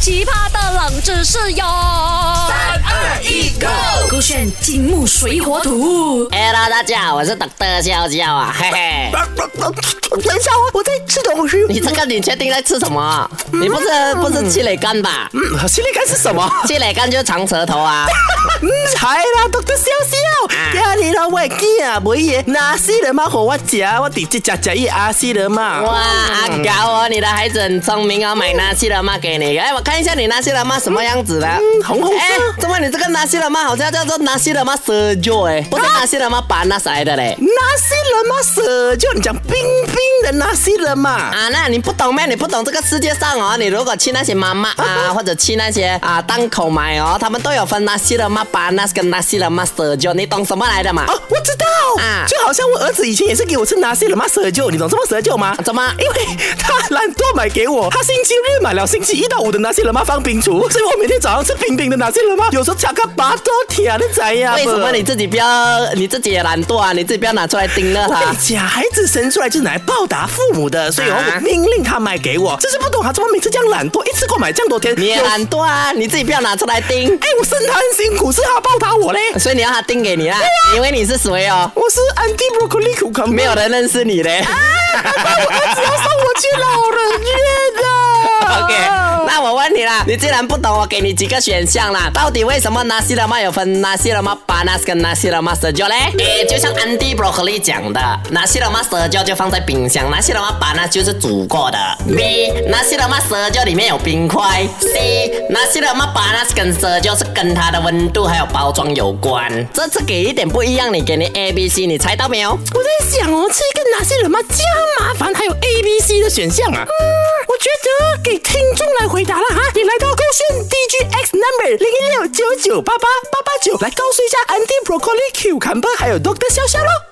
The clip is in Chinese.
奇葩的冷知识哟！三二一，Go！勾选金木水火土。 Hello，大哎家好，我是 Dr. 笑笑啊，嘿嘿。等一下哦，我在吃东西。你这个你确定在吃什么？你不是不是气蕾干吧？嗯，心里该是什么？气蕾干就是长舌头啊。嗯，系啦，Dr. 笑笑，今日啦，我见啊妹嘢，那死人嘛和我食，我直接食食一阿啊死人嘛。哇，阿高哦，你的孩子很聪明哦，买纳西拉妈给你。哎，我看一下你纳西拉妈什么样子的？哎嗯，红红色。怎么你这个纳西拉妈好像叫做纳西拉妈蛇肉哎，不是纳西拉妈巴纳塞的嘞。那死人嘛蛇，就你讲冰冰的那死人嘛。啊，那你不懂咩？你不懂这个世界上哦，你如果去那些妈妈啊，或者去那些啊档口买哦，他们都有分纳西拉妈巴纳跟纳西拉妈蛇肉，你懂什么来的嘛？哦，我知道，啊就好像我儿子以前也是给我吃拿西冷嘛蛇酒，你懂什么蛇酒吗？啊怎么因为他懒惰买给我，他星期日买了，星期一到五的拿西冷嘛放冰橱，所以我每天早上吃冰冰的拿西冷嘛，有时候加个巴啊多甜的仔呀。为什么你自己不要，你自己也懒惰啊？你自己不要拿出来盯着我跟它你。讲，孩子生出来就是拿来报答父母的，所以哦啊我命令他买给我，真是不懂他怎么每次这样懒惰，一次给我买这样多天。你也有懒惰啊，你自己不要拿出来盯，哎，我生他很辛苦，是他报答我嘞。所以你要他盯给你啊。你以为你是谁哦？我是 Andy Broccoli 苦康，没有人认识你嘞。我儿子要送我去老人院的。 OK，那我问你啦，你既然不懂，我给你几个选项啦。到底为什么 nasi lemak 有分 nasi lemak panas 跟 nasi lemak sejuk 嘞？诶，就像 Andy Broccoli 讲的，nasi lemak sejuk 就放在冰箱，nasi lemak panas 就是煮过的。B nasi lemak sejuk 里面有冰块。C nasi lemak panas 跟 sejuk 是跟它的温度还有包装有关。这次给一点不一样，你给你 A、B、C，你猜到没有？我在想哦，吃一个哪些人嘛，这样麻烦，还有 A、B、C 的选项啊。嗯，我觉得给听众来回答了哈。你来到勾选 DGX number 零一六九九八八八八九，来告诉一下 Andy Broccoli Cucumber 还有 Doctor 笑笑喽。